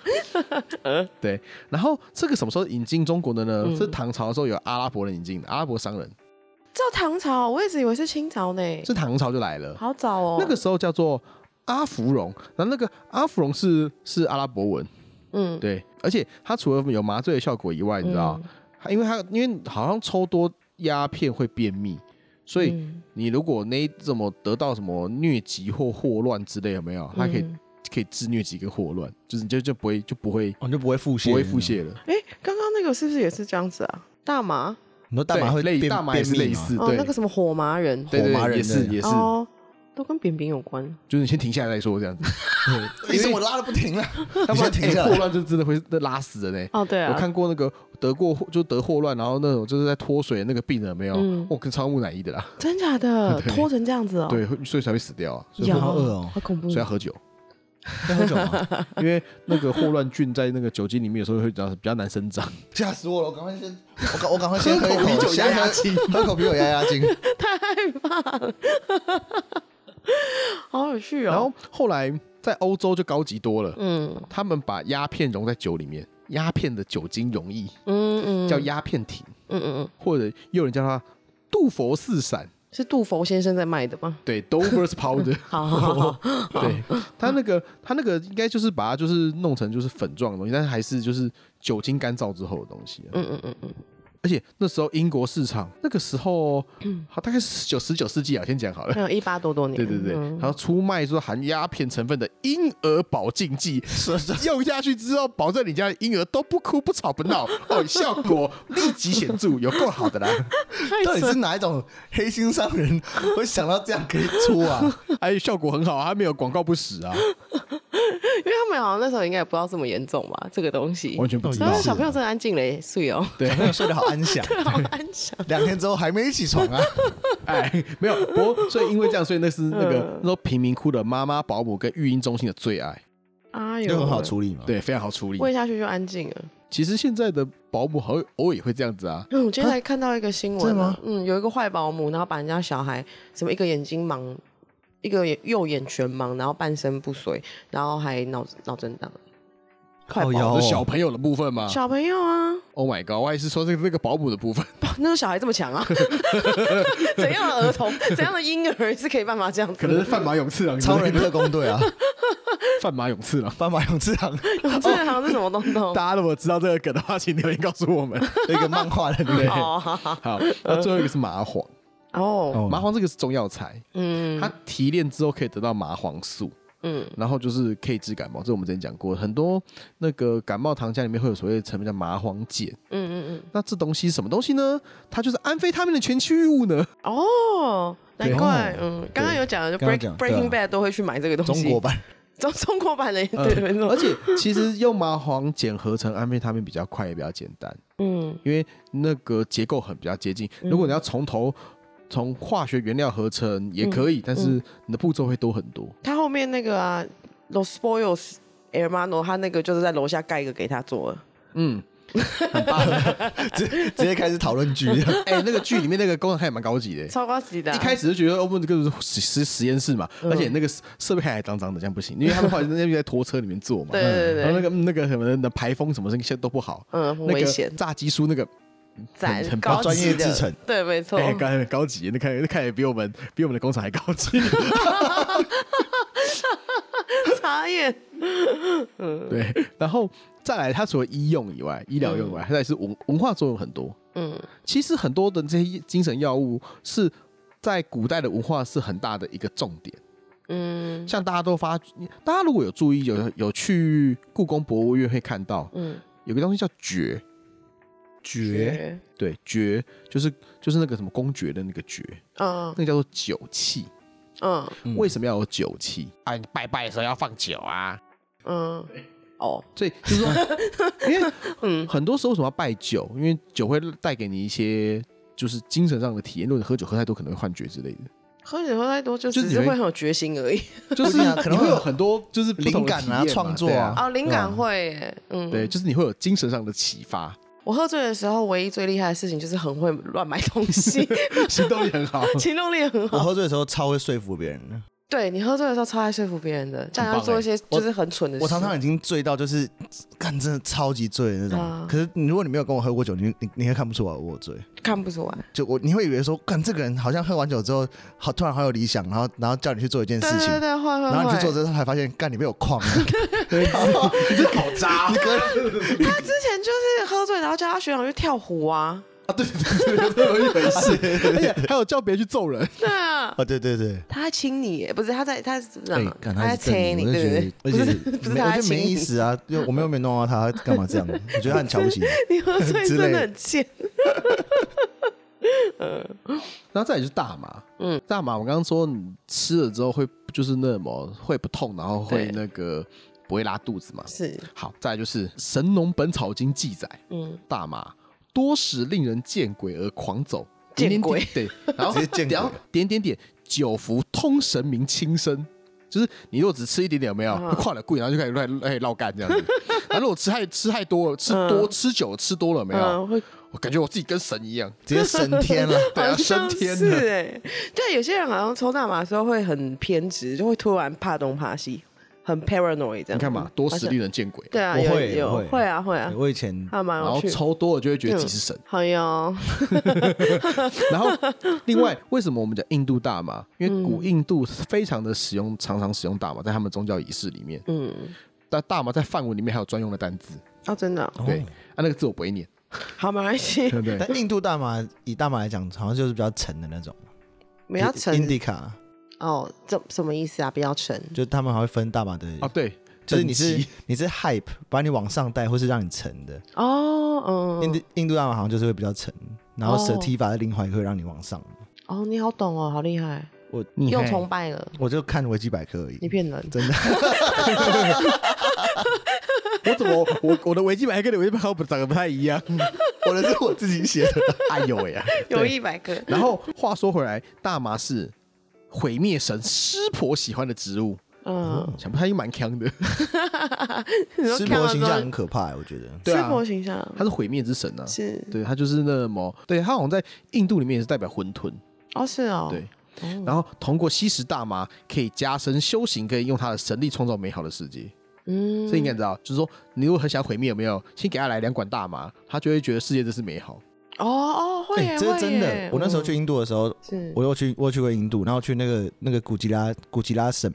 S3: 嗯
S2: 对，然后这个什么时候引进中国的呢？是唐朝的时候有阿拉伯人引进的，阿拉伯商人
S3: 照唐朝，我一直以为是清朝呢，
S2: 是唐朝就来了。
S3: 好早哦。
S2: 那个时候叫做阿芙蓉，然后那个阿芙蓉是是阿拉伯文，
S3: 嗯，
S2: 对，而且它除了有麻醉的效果以外，你知道，它因为它因为好像抽多鸦片会便秘，所以
S3: 嗯
S2: 你如果那怎么得到什么疟疾或霍乱之类，有没有？它可以、
S3: 嗯
S2: 可以治疟疾跟霍乱，就是你就就不会就不会
S1: 哦我就不会腹泻，
S2: 不会腹。泻了。
S3: 哎，刚刚那个是不是也是这样子啊？大麻
S1: 你说大麻会
S2: 对类
S1: 变
S2: 大麻也是类，似，嗯
S3: 哦
S2: 对，，
S3: 那个什么火麻人，
S2: 对对
S1: 火麻
S2: 对，
S1: 人
S2: 也是
S1: 对
S2: 也是，
S3: 哦，都跟扁扁有关。
S2: 就是你先停下来再说这样 子，
S1: 医生我拉的不停了，
S2: 要
S1: 哎你
S2: 不
S1: 先
S2: 然
S1: 停
S2: 哎
S1: 下
S2: 霍
S1: 来。
S2: 乱就真的会拉死人欸呢。
S3: 哦，对啊，
S2: 我看过那个得过就得霍乱，然后那种就是在脱水的那个病人有没有，
S3: 嗯
S2: 我跟超木乃伊的啦，
S3: 真假 的
S2: 对
S3: 拖成这样子哦，嗯
S2: 对，会所以才会死掉啊，所以
S3: 呀，
S1: 好饿哦
S3: 好恐怖
S2: 所以，要喝酒，
S1: 要喝酒吗？
S2: 因为那个霍乱菌在那个酒精里面有时候会比较比较难生
S3: 嗯
S2: 长，
S1: 吓死我了！我赶快先，我赶我赶快先
S2: 喝
S1: 喝一
S2: 口啤酒
S1: 先
S2: 压压
S1: 喝
S2: 惊
S1: 喝口啤酒压压惊。
S3: 太害怕了，好有趣
S2: 然
S3: 哦
S2: 后。后来在欧洲就高级多了，
S3: 嗯
S2: 他们把鸦片溶在酒里面，鸦片的酒精溶液
S3: 嗯嗯，
S2: 叫鸦片体，
S3: 嗯嗯嗯，
S2: 或者又有人叫它杜佛四散，
S3: 是杜佛先生在卖的吗？
S2: 对，Dover's powder。
S3: 好好好好，
S2: 对，它那个它那个应该就是把它就是弄成就是粉状的东西，但是还是就是酒精干燥之后的东西啊、
S3: 嗯嗯嗯嗯，
S2: 而且那时候英国市场那个时候，
S3: 嗯
S2: 好大概是九十九世纪啊，先讲好了
S3: 还。有一八多多年，
S2: 对对对，
S3: 嗯
S2: 然后出卖说含鸦片成分的婴儿保健剂，用下去之后，保证你家的婴儿都不哭不吵不闹，哦，效果立即显著，有够好的啦！
S3: 太
S1: 到底
S3: 扯
S1: 是哪一种黑心商人会想到这样可以出 啊？
S2: 还有效果很好啊，它没有广告不实啊，
S3: 哦因为他们好像那时候应该也不知道这么严重吧，这个东西。
S2: 完全不知
S3: 然
S2: 道
S3: 后。小朋友真的安静嘞，睡 哦，
S1: 小朋友哎睡得好安 详，
S3: 好安详。
S1: 两天之后还没一起床啊？
S2: 哎，没有，不过所以因为这样，所以那是那
S3: 嗯
S2: 个那时候贫民窟的妈妈、保姆跟育婴中心的最爱，
S3: 哎 呦，
S1: 就很好，处理嘛。
S2: 对，非常好处理。
S3: 喂下去就安静啊了。
S2: 其实现在的保姆好像偶尔也会这样子啊，
S3: 嗯，我今天才看到一个新
S1: 真
S3: 闻
S1: 的
S3: 啊
S1: 吗，
S3: 嗯，有一个坏保姆，然后把人家小孩什么一个眼睛盲，一个眼右眼全盲，然后半身不遂，然后还脑脑震荡。快
S1: 靠
S3: 跑！
S1: 腰
S2: 就
S1: 哦
S2: 是小朋友的部分吗
S3: 小朋友啊，
S2: ？Oh my god，我还是说这个这个保姆的部分，
S3: 那个小孩这么 强啊？怎样的儿童， 怎样的婴儿是可以办法这样子
S2: 可
S3: 的？
S2: 能是范马勇次郎之类
S1: 超
S2: 的，
S1: 人特工队啊，
S2: 范马勇次郎。
S1: 斑马勇士堂
S3: 这个好像是什么东东？
S2: 大家如果知道这个梗的话，请留言告诉我们。
S1: 有一个漫画的 对，
S3: 哦，哈哈
S2: 好，那最后一个是麻黄，
S3: 哦，
S2: 麻黄这个是中药材，
S3: 嗯
S2: 它提炼之后可以得到麻黄素，
S3: 嗯，
S2: 然后就是可以治感冒，这我们之前讲过，很多那个感冒糖浆里面会有所谓的成分叫麻黄碱，
S3: 嗯嗯
S2: 那这东西是什么东西呢？它就是安非他命的前驱物呢。
S3: 嗯，哦。
S1: 对
S3: 难怪，嗯，刚刚有讲的，就
S1: 刚刚
S3: Break
S1: 讲
S3: Breaking
S1: 对啊
S3: Bad 都会去买这个东西，
S1: 中国 版嗯
S3: 中中国版的，
S2: 呃
S3: 对，没错
S2: 而，且其实用麻黄碱合成安非他命比较快，也比较简单，
S3: 嗯
S2: 因为那个结构很比较接近。
S3: 嗯
S2: 如果你要从头从化学原料合成也可
S3: 嗯
S2: 以，但是你的步骤会多很多。
S3: 他后面那个啊，Los Boyos Hermano，他那个就是在楼下盖一个给他做的，
S2: 嗯，
S1: 直直接开始讨论剧，
S2: 哎、那个剧里面那个工厂还蛮高级的、
S3: 超高级的啊、嗯
S2: 一开始就觉得欧哦们这个是实实实验室嘛，而且那个设备还脏脏的，这样不行，因为他们后来那边在拖车里面做嘛，
S3: 对对对
S2: 然后那
S3: 对，
S2: 个嗯那个什么的排风什么东西都不好，
S3: 嗯，很
S2: 那
S3: 危
S2: 个
S3: 险，
S2: 炸鸡叔那个
S3: 赞
S2: 很很棒
S3: 高级
S1: 专业
S3: 的
S1: 制成，
S3: 对，没错，
S2: 哎，高很高级，那看那看起来比我们比我们的工厂还高 级。
S3: 茶叶，
S2: 对，然后再来，它除了医用以外，医疗用以外，它也是文文化作用很多。
S3: 嗯
S2: 其实很多的这些精神药物是在古代的文化是很大的一个重点。
S3: 嗯
S2: 像大家都发，大家如果有注意，有有去故宫博物院会看到
S3: 嗯，
S2: 有个东西叫爵，爵，
S3: 学
S2: 对，爵就是就是那个什么公爵的那个爵，
S3: 嗯
S2: 那个叫做酒器。
S3: 嗯
S2: 为什么要有酒器？啊，你拜拜的时候要放酒啊。
S3: 嗯，哦，
S2: 所以就是说，因为很多时候为什么要拜酒？因为酒会带给你一些就是精神上的体验。如果你喝酒喝太多，可能会幻觉之类的。
S3: 喝酒喝太多就
S2: 就是你
S3: 只是
S2: 会
S3: 会很有决心而已。
S2: 就是
S1: 不一样可能
S2: 你
S1: 会
S2: 会
S1: 有
S2: 有很多就是不同的
S1: 灵感啊
S2: 体验嘛
S1: 创作啊
S2: 对
S3: 哦，灵感
S1: 对啊
S3: 会耶，嗯，
S2: 对，就是你会有精神上的启发，
S3: 我喝醉的时候，唯一最厉害的事情就是很会乱买东 西，
S2: 行动力很好。
S3: 行动力很
S1: 我
S3: 好。
S1: 喝醉的时候超会说服别人的，
S3: 对你喝醉的时候超爱说服别人的，这样
S2: 很
S3: 要
S2: 棒
S3: 做
S2: 欸
S3: 一些就是很蠢的事。
S1: 我常常已经醉到就是干真的超级醉的那
S3: 啊
S1: 种。可是你如果你没有跟我喝过酒，你你你会看不出来我有醉。
S3: 看不出来。
S1: 就我你会以为说，干这个人好像喝完酒之后，好突然好有理想，然后然后叫你去做一件事
S3: 对
S1: 情，
S3: 对对，会会
S1: 然后你去做
S3: 会。
S1: 之后才发现，干你被我框 了，
S2: 你这好渣！你哥
S3: 他之前就是喝醉，然后叫他学长去跳湖啊。
S2: 有一回事，而且还有叫别人去揍人。
S3: 对啊，
S1: 哦，对对对。
S3: 他在亲你耶，不是他在他在哪
S1: 哎，干
S3: 在
S1: 他是
S3: 亲
S1: 正
S3: 你，
S1: 我就觉
S3: 对
S1: 得，
S3: 不
S1: 而
S3: 对？
S1: 且
S3: 不
S1: 没我
S3: 是不是他在
S1: 就
S3: 亲
S1: 没意
S3: 你，
S1: 思啊，就我们又没有弄到他，他干嘛这样？我觉得他很瞧不起你。
S3: 你喝醉
S1: 之类
S3: 真的
S1: 的
S3: 很贱。
S2: 然后再来就是大麻，嗯，大麻我刚刚说你吃了之后会就是那什么会不痛，然后会
S3: 对
S2: 那个不会拉肚子嘛。
S3: 是，
S2: 好，再来就是《神农本草经》记载，
S3: 嗯，
S2: 大麻多使令人见鬼而狂走，
S3: 见
S2: 点点
S3: 鬼
S2: 点对，然后
S1: 直接见鬼
S2: 然后点点点九服通神明轻身。就是你如果只吃一点点，有没有
S3: 嗯
S2: 就跨了贵，然后就开始乱哎绕干这样子。然后如果吃太吃太多了，吃多吃久了吃多了有没有？
S3: 嗯，会
S2: 我感觉我自己跟神一样，
S1: 直接升天 了。
S2: 对啊，
S3: 好像
S2: 升天
S3: 是
S2: 了。
S3: 哎、对，有些人好像抽大麻的时候会很偏执，就会突然怕东怕西，很 paranoid 这样。
S2: 你看嘛，多时令人见鬼。
S3: 对啊，
S1: 我
S3: 有
S1: 会我
S3: 有
S1: 会
S3: 会啊会啊，
S1: 我以前
S3: 还蛮
S2: 然后
S3: 有趣的。哎
S2: 抽多了就会觉得自己是神。
S3: 好哟，嗯
S2: 然后另外，为什么我们讲印度大麻？因为
S3: 嗯
S2: 古印度非常的使用，常常使用大麻，在他们宗教仪式里面。
S3: 嗯，
S2: 但大麻在梵文里面还有专用的单字，
S3: 哦，真的哦、
S2: 对，啊，那个字我不会念，
S3: 好，没关系，
S2: 对不对？
S1: 但印度大麻以大麻来讲，好像就是比较沉的那种，
S3: 不要沉
S1: indica，
S3: 哦，这什么意思啊？不要沉，
S1: 就是他们还会分大麻的，
S2: 啊，对，
S1: 就是你哦是
S2: 等级
S1: 你是 hype，把你往上带，或是让你沉的。
S3: 哦，
S1: 印
S3: 嗯，
S1: 度印度大麻好像就是会比较沉，然后
S3: 哦
S1: sativa 是另外一个会让你往上。
S3: 哦，你好懂哦，好厉害，
S1: 我
S2: 你
S3: 又
S2: 嘿
S3: 崇拜了，
S1: 我就看维基百科而已
S3: 你。骗人，
S1: 真的，
S2: 我怎么我我的维基百科跟你维基百科不长得不太一样？
S1: 我的是我自己写的。
S2: 嗯哎呦喂呀！
S3: 有一百个，
S2: 然后话说回来，大麻是毁灭神湿婆喜欢的植物，
S3: 嗯，
S2: 想不到又蛮强的，
S3: 你说
S1: 师
S3: 看
S1: 婆
S3: 到
S1: 形
S3: 之后
S1: 象很可怕、我觉得。
S2: 对
S3: 师
S2: 啊
S3: 婆形象
S2: 它是毁灭之神啊。
S3: 是
S2: 对，它就是那什么，对，它好像在印度里面也是代表混沌，
S3: 哦是哦，
S2: 对。
S3: 哦，
S2: 然后通过吸食大麻可以加深修行，可以用他的神力创造美好的世界。
S3: 嗯，
S2: 所以你该知道，就是说，你如果很想毁灭，有没有？先给他来两管大麻，他就会觉得世界真是美好。
S3: 哦哦，会耶，
S1: 哎这
S3: 会
S1: 是真的
S3: 耶。
S1: 我那时候去，印度的时候，
S3: 嗯是
S1: 我有去，我有去过印度，然后去那个那个古吉拉古吉拉省，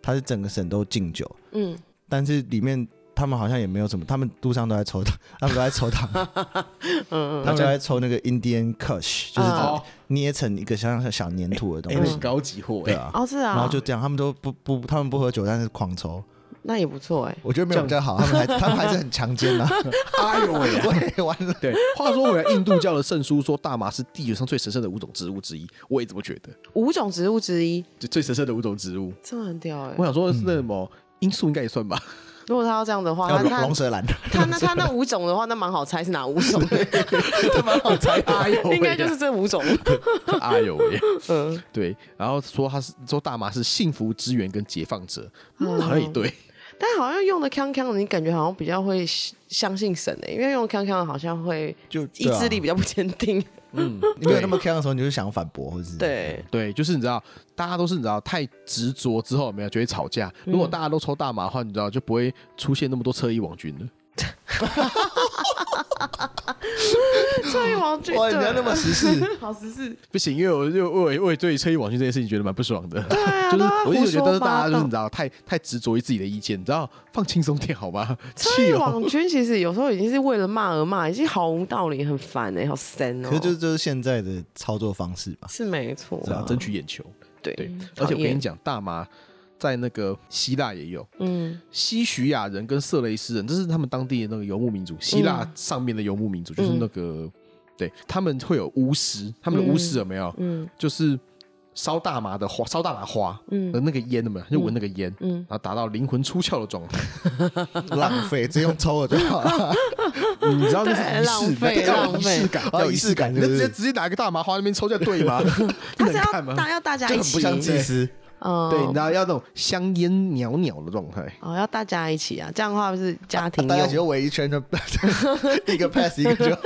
S1: 它是整个省都禁酒，
S3: 嗯，
S1: 但是里面他们好像也没有什么，他们路上都在抽大， 他们都在抽大麻，
S3: 嗯
S1: 他们都在抽那个 Indian Kush，就是
S3: 哦哎
S1: 捏成一个像像小粘土的东西，
S2: 哎高级货
S1: 对啊。
S3: 哦是啊，
S1: 然后就这样，他们都不不，他们不喝酒，但是狂抽。
S3: 那也不错哎，
S1: 我觉得没有比较 好，他们还他们还是很强 奸啊！
S2: 哎呦喂、
S1: 我也完了，
S2: 对，话说回来，印度教的圣书说大麻是地球上最神圣的五种植物之一，我也这么觉得，
S3: 五种植物之一，
S2: 就最神圣的五种植物。
S3: 这很屌哎
S2: 我。想说，那什么罂粟应该也算吧？
S3: 如果他要这样的话，
S1: 要
S3: 那
S1: 龙
S3: 他
S1: 龙舌兰，
S3: 他那他那五种的话，那蛮好猜是哪五 种，
S2: 他蛮好猜，哎呦喂、
S3: 应该就是这五种。
S2: 哎呦喂、
S3: 嗯，
S2: 对，然后说他是说大麻是幸福之源跟解放者，嗯、好像也对。
S3: 但好像用的康康的，你感觉好像比较会相信神欸诶、因为用康康的好像会
S1: 就
S3: 意志力比较不坚定。
S1: 你没有那么强的时候，你就想反驳，或是
S3: 对，
S2: 对，啊就是你知道，大家都是你知道太执着之后有没有就会吵架。如
S3: 嗯
S2: 果大家都抽大麻的话，你知道就不会出现那么多车衣网军了。
S3: 侧翼王军，
S1: 哇，
S3: 对啊
S1: 你要那么时事，
S3: 好时事，
S2: 不行，因为我就我也我也对车衣网军这件事情觉得蛮不爽的。
S3: 对啊，
S2: 就是
S3: 都在
S2: 我一直觉
S3: 胡
S2: 得
S3: 说
S2: 是大
S3: 八
S2: 家就是
S3: 道
S2: 你知道太太执着于自己的意见，你知道放轻松点好吗？
S3: 所以
S2: 气哦，
S3: 网军其实有时候已经是为了骂而骂，已经毫无道理，很烦哎、好深哦、
S1: 可是就是就是现在的操作方式 吧。
S3: 是没错
S2: 是啊
S3: 啊，，
S2: 争取眼球。
S3: 对
S2: 对，
S3: 讨
S2: 而且我跟
S3: 厌
S2: 你讲，大麻在那个希腊也有，
S3: 嗯
S2: 西徐亚人跟色雷斯人，这是他们当地的那个游牧民族，希腊
S3: 嗯
S2: 上面的游牧民族，就是那个、对，他们会有巫师，他们的巫师有没有？
S3: 嗯
S2: 就是烧大麻的花，烧大麻花
S3: 嗯
S2: 的那个烟，有没有？就闻那个烟，
S3: 嗯，
S2: 然后达到灵魂出窍的状 态。
S1: 浪费，直接用抽的就好了。
S2: 你知道那是
S3: 对
S2: 仪
S3: 浪
S2: 式
S3: 费
S2: 感，要有
S3: 浪
S2: 仪
S3: 费
S2: 式感，
S1: 哦
S2: 要有
S1: 仪
S2: 仪
S1: 式
S2: 式
S1: 感
S2: 感，你
S1: 是
S2: 就
S1: 不
S2: 直
S1: 是
S2: 接直接拿一个大麻花在那边抽，这样对 吗？不
S3: 他
S2: 能
S3: 是
S2: 看
S3: 要
S2: 吗？
S3: 大要大家
S1: 就
S3: 一
S1: 很
S3: 起，
S1: 不像祭司，
S3: 嗯，
S2: 对，你知道要那种香烟袅袅的状态。
S3: 哦，要大家一起啊，这样的话是家庭
S1: 大家只
S3: 用，
S1: 就围一圈就 一个 pass 一个就好。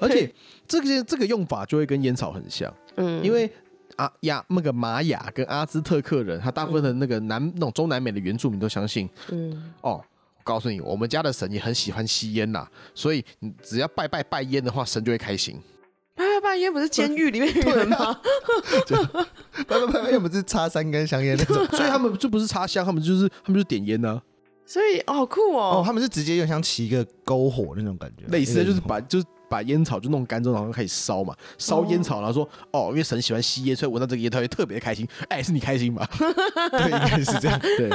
S2: 而且这个这个用法就会跟烟草很像，
S3: 嗯
S2: 因为啊亚那个玛雅跟阿兹特克人，他大部分的那个南那种中南美的原住民都相信
S3: 嗯，
S2: 哦。告诉你，我们家的神也很喜欢吸烟呐、所以你只要拜拜拜烟的话，神就会开心。
S3: 拜拜拜，因为啊不是监狱里面的人
S2: 啊
S3: 吗？
S1: 拜拜拜拜，又不是插三根香烟那 种，
S2: 所以他们就不是插香，他们就是他们就是点烟呢、
S3: 所以哦，好酷
S1: 哦，
S3: 哦，
S1: 他们是直接用像起一个篝火那种感觉，
S2: 类似的就是把就是把烟草就弄干之后，然后开始烧嘛，烧烟草，然后说哦，因为神喜欢吸烟，所以闻到这个烟他会特别开心。哎，是你开心吧？
S1: 对，应该是这 样。
S2: 对，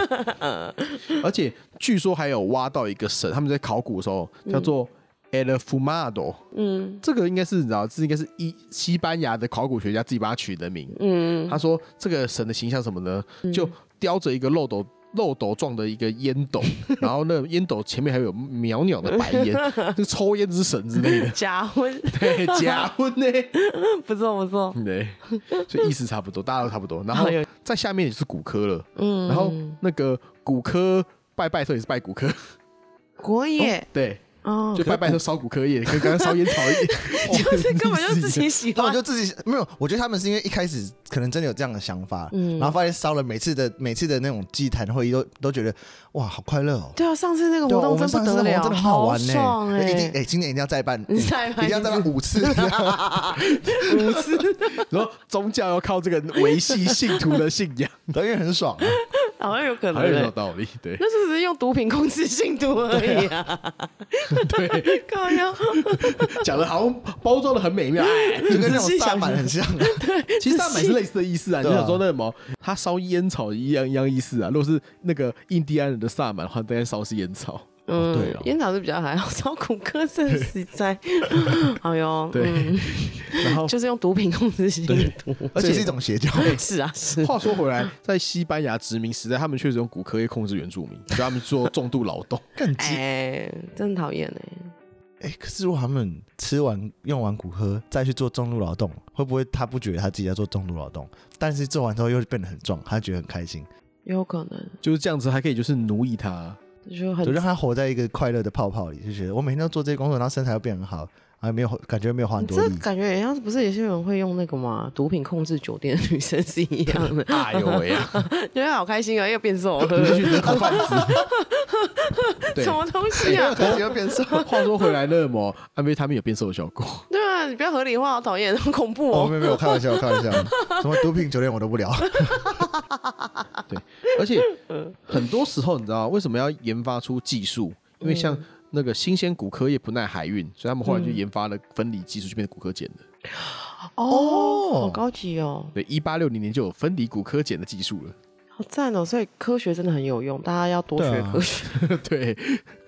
S2: 而且据说还有挖到一个神，他们在考古的时候叫做 El Fumado，、
S3: 嗯
S2: 这个应该是你知道，这应该是一西班牙的考古学家自己帮他取的名。
S3: 嗯
S2: 他说这个神的形象什么呢？就叼着一个漏斗。漏斗状的一个烟 斗，然后那烟斗前面还有袅袅的白烟，就抽烟之神之类的
S3: 嗯，，假婚
S2: 对，假婚呢、
S3: 不错不错，
S2: 对，所以意思差不多，大家都差不多。然后
S3: 好有
S2: 在下面也是骨科了，
S3: 嗯，
S2: 然后那个骨科拜拜的时候也是拜骨科，
S3: 国野
S2: 对，
S3: 哦，
S2: 就拜拜的时候烧骨科叶，跟刚刚烧烟草一
S3: 就是根本就自己喜
S1: 他们
S3: 欢
S1: 就，自己没有，我觉得他们是因为一开始可能真的有这样的想法，
S3: 嗯
S1: 然后发现烧了每次的每次的那种祭坛会议都都觉得哇，好快乐哦。
S3: 对啊，上次那个
S1: 对啊
S3: 活动
S1: 我们
S3: 真
S1: 上
S3: 不
S1: 次
S3: 得
S1: 那个活
S3: 了，
S1: 动真的好玩呢、
S3: 爽哎、
S1: 一定哎、今年一定要再办，
S3: 你再办
S1: 一定要再办五次。
S3: 五次，
S2: 然后宗教要靠这个维系信徒的信仰，
S1: 对，因为很爽、啊，
S3: 好像有可能、
S2: 好像有
S3: 欸。
S2: 道理，对
S3: 那就只是用毒品控制信徒而已啊！
S1: 啊
S2: 对，
S3: 靠腰，
S2: 讲的好像包装的很美妙，哎
S1: 就跟那
S3: 仔
S1: 种
S3: 细
S1: 萨
S3: 想
S1: 满很像、啊。
S2: 其实他们也是类似的意思啊，你就
S1: 对啊
S2: 想说那什么，他烧烟草一样一样意思啊。如果是那个印第安人的萨满的话，当然烧是烟草，
S3: 嗯，
S1: 对啊
S3: 烟草是比较还好， 烧骨科真的实在， 哎呦，
S2: 对
S3: 嗯，
S2: 然后
S3: 就是用毒品控制信徒，
S1: 而且是一种邪教，
S3: 是啊，是
S2: 话说回来，在西班牙殖民时代，他们确实用骨科业控制原住民，就他们做重度劳动。
S1: 更激。
S3: 哎，真讨厌哎，
S1: 哎、可是如果他们吃完用完骨科再去做重度劳动，会不会他不觉得他自己在做重度劳动，但是做完之后又变得很壮，他觉得很开心，
S3: 有可能
S2: 就是这样子，还可以就是奴役 他。
S3: 就很
S1: 就让他活在一个快乐的泡泡里，就觉得我每天都做这些工作，然后身材又变很好，啊，没有感觉没有花很
S3: 你
S1: 多
S3: 这
S1: 力。
S3: 感觉也像是不是有些人会用那个嘛 毒品控制酒店的女生是一 样的，
S2: 哎呦喂呀，
S3: 觉得好开心啊，又变瘦
S2: 你是
S3: 了，
S2: 去人口贩 子。对
S3: 什，么东西啊？
S1: 感觉又变瘦，
S2: 话说回来，那么安非他们有变瘦的效果。
S3: 对啊，你不要合理化，好讨厌， 很恐怖
S1: 哦，
S3: 哦。
S1: 没有没有，我开玩笑，我开玩笑，什么毒品酒店我都不聊。
S2: 对，而且很多时候你知道为什么要研发出技术？因为像那个新鲜骨科业不耐海运，所以他们后来就研发了分离技术，就变成骨科碱的。
S3: 哦，好高级哦，
S2: 对，一八六零年就有分离骨科碱的技术了。
S3: 好赞哦！所以科学真的很有用，大家要多
S1: 对
S3: 学
S1: 啊
S3: 科学，
S2: 对，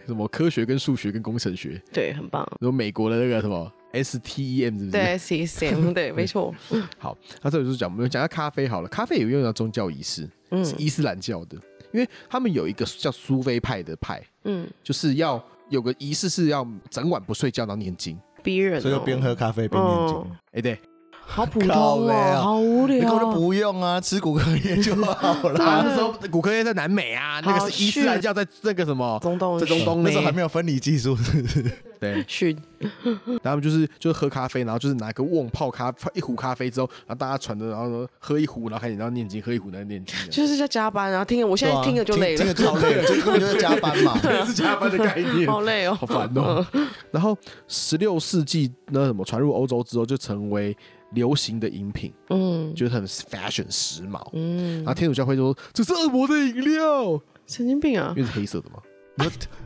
S2: 什么科学跟数学跟工程学。
S3: 对，很棒。
S2: 有美国的那个什么 STEM 是不是？
S3: 对，CCM，对，没错，
S2: 好，那这里就是讲，我们讲下咖啡好了。咖啡有用到宗教仪式，
S3: 嗯
S2: 是伊斯兰教的，因为他们有一个叫苏菲派的派，
S3: 嗯，
S2: 就是要有个仪式是要整晚不睡觉，然后念经。
S3: 逼人、哦，哦嗯
S1: 所以就边喝咖啡边念经，
S2: 哎、对，
S3: 好普
S1: 靠
S3: 通
S1: 北
S3: 哦，
S1: 啊
S3: 好无
S1: 你
S3: 聊
S1: 根本就
S3: 哦。
S1: 不用啊，吃骨科叶就好 了。
S2: 啊，那时候骨科医在南美啊，那
S3: 好
S2: 个是伊斯兰教在那个什么
S3: 中东
S2: 在中东
S1: 那时
S3: 欸
S1: 候还
S2: 呢
S1: 没有分离技术，是不是？
S2: 对，
S3: 训
S2: 然后就是就是喝咖啡，然后就是拿个瓮泡咖泡一壶咖啡之后，然后大家传着，然后说喝一壶，然后开始然后念经，喝一壶然后念经的，
S3: 就是在加班，然后听，我现在听了就累
S1: 对啊
S3: 了，
S1: 听听着就累 了，就根本就是加班嘛。
S2: 也 是加班的概念，
S3: 好累哦
S2: 好。烦哦。然后十六世纪那什么传入欧洲之后，就成为流行的饮品，
S3: 嗯
S2: 就是很 fashion 时髦。
S3: 嗯
S2: 然，后天主教会就说这是恶魔的饮料，
S3: 神经病啊
S2: 因！为是黑色的嘛。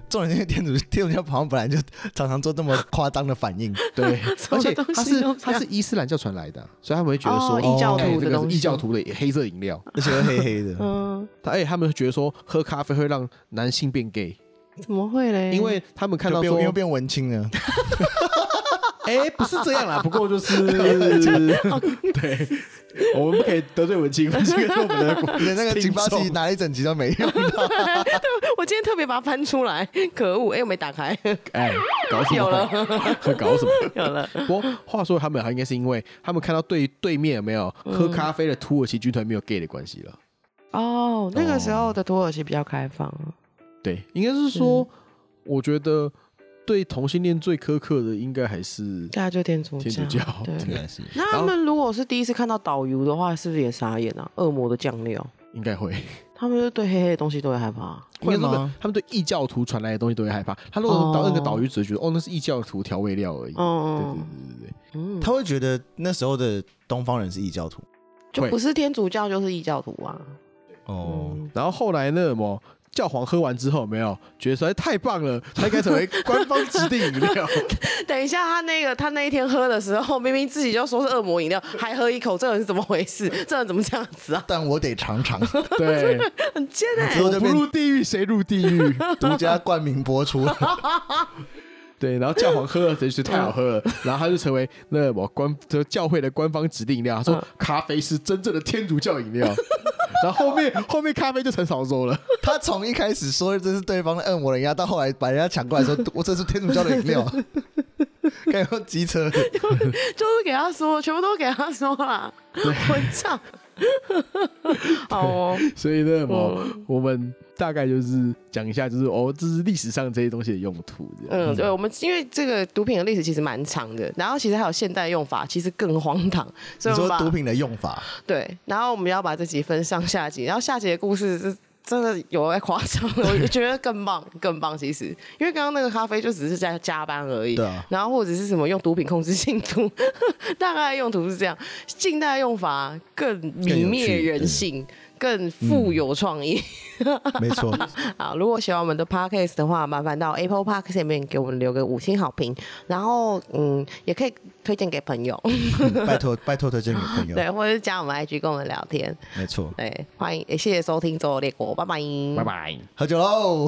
S1: 重点是天主天主教好像本来就常常做这么夸张的反 应，
S2: 对，
S3: 什
S2: 而
S3: 么
S2: 且
S3: 东西
S2: 它是
S3: 都这样
S2: 它是伊斯兰教传来的，所以他们会觉得说
S3: 哦异教
S1: 徒
S2: 哎
S1: 的
S2: 这个
S3: 东
S2: 是
S3: 西
S2: 异教徒的黑色饮料。
S1: 而且又黑黑的。
S3: 嗯，
S2: 他哎，他们觉得说喝咖啡会让男性变 gay，
S3: 怎么会嘞？
S2: 因为他们看
S1: 就
S2: 到
S1: 变
S2: 说
S1: 又变文青了，
S2: 哎，不是这样啦，不过就 是 对，我们不可以得罪文青，文青是我们的国
S1: 连那个
S2: 听
S1: 警报器
S2: 众
S1: 拿了一整集都没 用。
S3: 我今天特别把它翻出来，可恶！哎， 我没打开，
S2: 哎，搞什么？
S3: 有了，
S2: 搞什么？
S3: 有了。
S2: 不过话说，他们好像应该是因为他们看到对对面有没有
S3: 嗯
S2: 喝咖啡的土耳其军团没有 gay 的关系了。
S3: 哦，那个时候的土耳其比较开放，啊
S2: 对，应该是说，我觉得对同性恋最苛刻的应该还是
S3: 大家就天主
S2: 天主教。
S3: 对。
S1: 是
S3: 那他们如果是第一次看到导游的话，是不是也傻眼啊？恶魔的酱料，
S2: 应该会。
S3: 他们就对黑黑的东西都会害怕。
S1: 会
S2: 应该说
S1: 吗？
S2: 他们对异教徒传来的东西都会害怕。他如果导那个岛屿只是觉得哦，那是异教徒调味料而已。对对
S3: 哦，
S2: 对对对，
S3: 嗯，
S1: 他会觉得那时候的东方人是异教徒
S3: 就不是天主教就是异教徒啊。嗯
S1: 哦，
S2: 然后后来那什么。教皇喝完之后，有没有觉得实在太棒了，他应该成为官方指定饮 料。
S3: 等一下，他那个他那一天喝的时候，明明自己就说是恶魔饮料，还喝一口，这人是怎么回 事？这人怎么这样子啊？
S1: 但我得尝尝，
S2: 对，
S3: 很贱哎、
S1: 之后就
S2: 不
S1: 变
S2: 入地狱谁入地狱？
S1: 独家冠名播出。
S2: 对，然后教皇喝了，真是太好喝了，然后他就成为那什么官，就教会的官方指定饮料。他说咖啡是真正的天主教饮料，然后后面 后面咖啡就成潮州了。
S1: 他从一开始说这是对方的恶魔人家，到后来把人家抢过来 说，我这是天主教的饮料，该用机车。
S3: 就是给他说，全部都给他说 啦，混账。好哦，
S2: 所以呢，我、我们大概就是讲一下，就是哦，这是历史上这些东西的用途。这样，
S3: 嗯，对，我们因为这个毒品的历史其实蛮长的，然后其实还有现代用法，其实更荒唐，所
S1: 你
S3: 以
S1: 说
S3: 我们把
S1: 毒品的用 法，
S3: 对，然后我们要把这集分上下集，然后下集的故事是真的有在夸张了，我就 觉得更棒，更棒。其实，因为刚刚那个咖啡就只是在加班而已，
S1: 对啊
S3: 然后或者是什么用毒品控制性毒， 大概用途是这样，近代用法更
S1: 更
S3: 泯
S1: 有
S3: 灭
S1: 趣
S3: 人
S1: 对
S3: 性，更富有创意。
S1: 没 错，
S3: 好，如果喜欢我们的 podcast 的话，麻烦到 Apple Park 下面给我们留个五星好评，然后嗯，也可以推荐给朋友，
S1: 拜托拜托推荐给朋友，
S3: 对，或者是加我们 IG 跟我们聊天，
S1: 没错，
S3: 对，欢迎，也谢谢收听《周游列国》，拜拜，
S2: 拜拜。
S1: 喝酒喽。